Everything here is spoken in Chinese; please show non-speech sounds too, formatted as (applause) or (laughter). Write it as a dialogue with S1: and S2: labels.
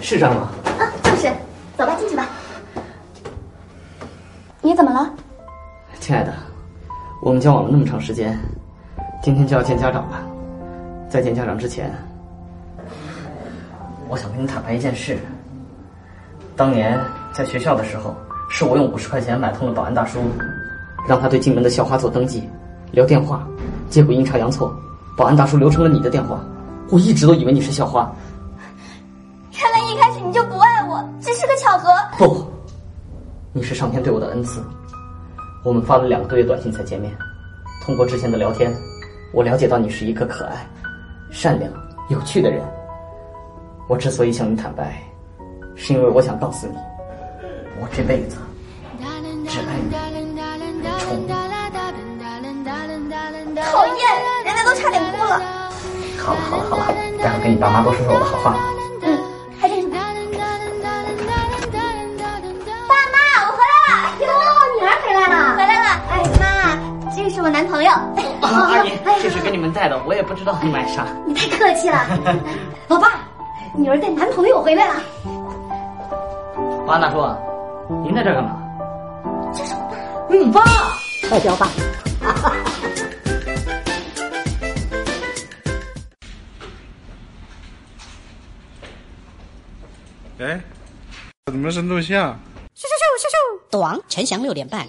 S1: 是这样吗？
S2: 啊，就是，走吧，进去吧。你怎么了？
S1: 亲爱的，我们交往了那么长时间，今天就要见家长了。在见家长之前，我想跟你坦白一件事。当年在学校的时候，是我用五十块钱买通了保安大叔，让他对进门的校花做登记、聊电话，结果阴差阳错，保安大叔留成了你的电话。我一直都以为你是校花，
S2: 原来一开始你就不爱我，只是个巧合。
S1: 不，你是上天对我的恩赐。我们发了两个多月短信才见面，通过之前的聊天，我了解到你是一个可爱、善良、有趣的人。我之所以向你坦白，是因为我想告诉你，我这辈子
S3: 只爱你，宠你。
S2: 讨厌人家都差点哭了。
S1: 好了好了好了，待会儿跟你爸妈多说说我的好话。
S2: 嗯，还真是。爸妈，我回来了！哟，女儿回来了，回来了！哦哎妈，这是我男朋友。
S1: 啊
S2: 哎
S1: 阿姨，这是给你们带的，我也不知道你买啥。
S2: 你太客气 (laughs) 了，老爸，女儿带男朋友回来了。
S1: 保安大叔，啊您在这儿干嘛？
S2: 你爸，代表爸。
S4: 哎，怎么是录像？
S5: 短，陈翔六点半。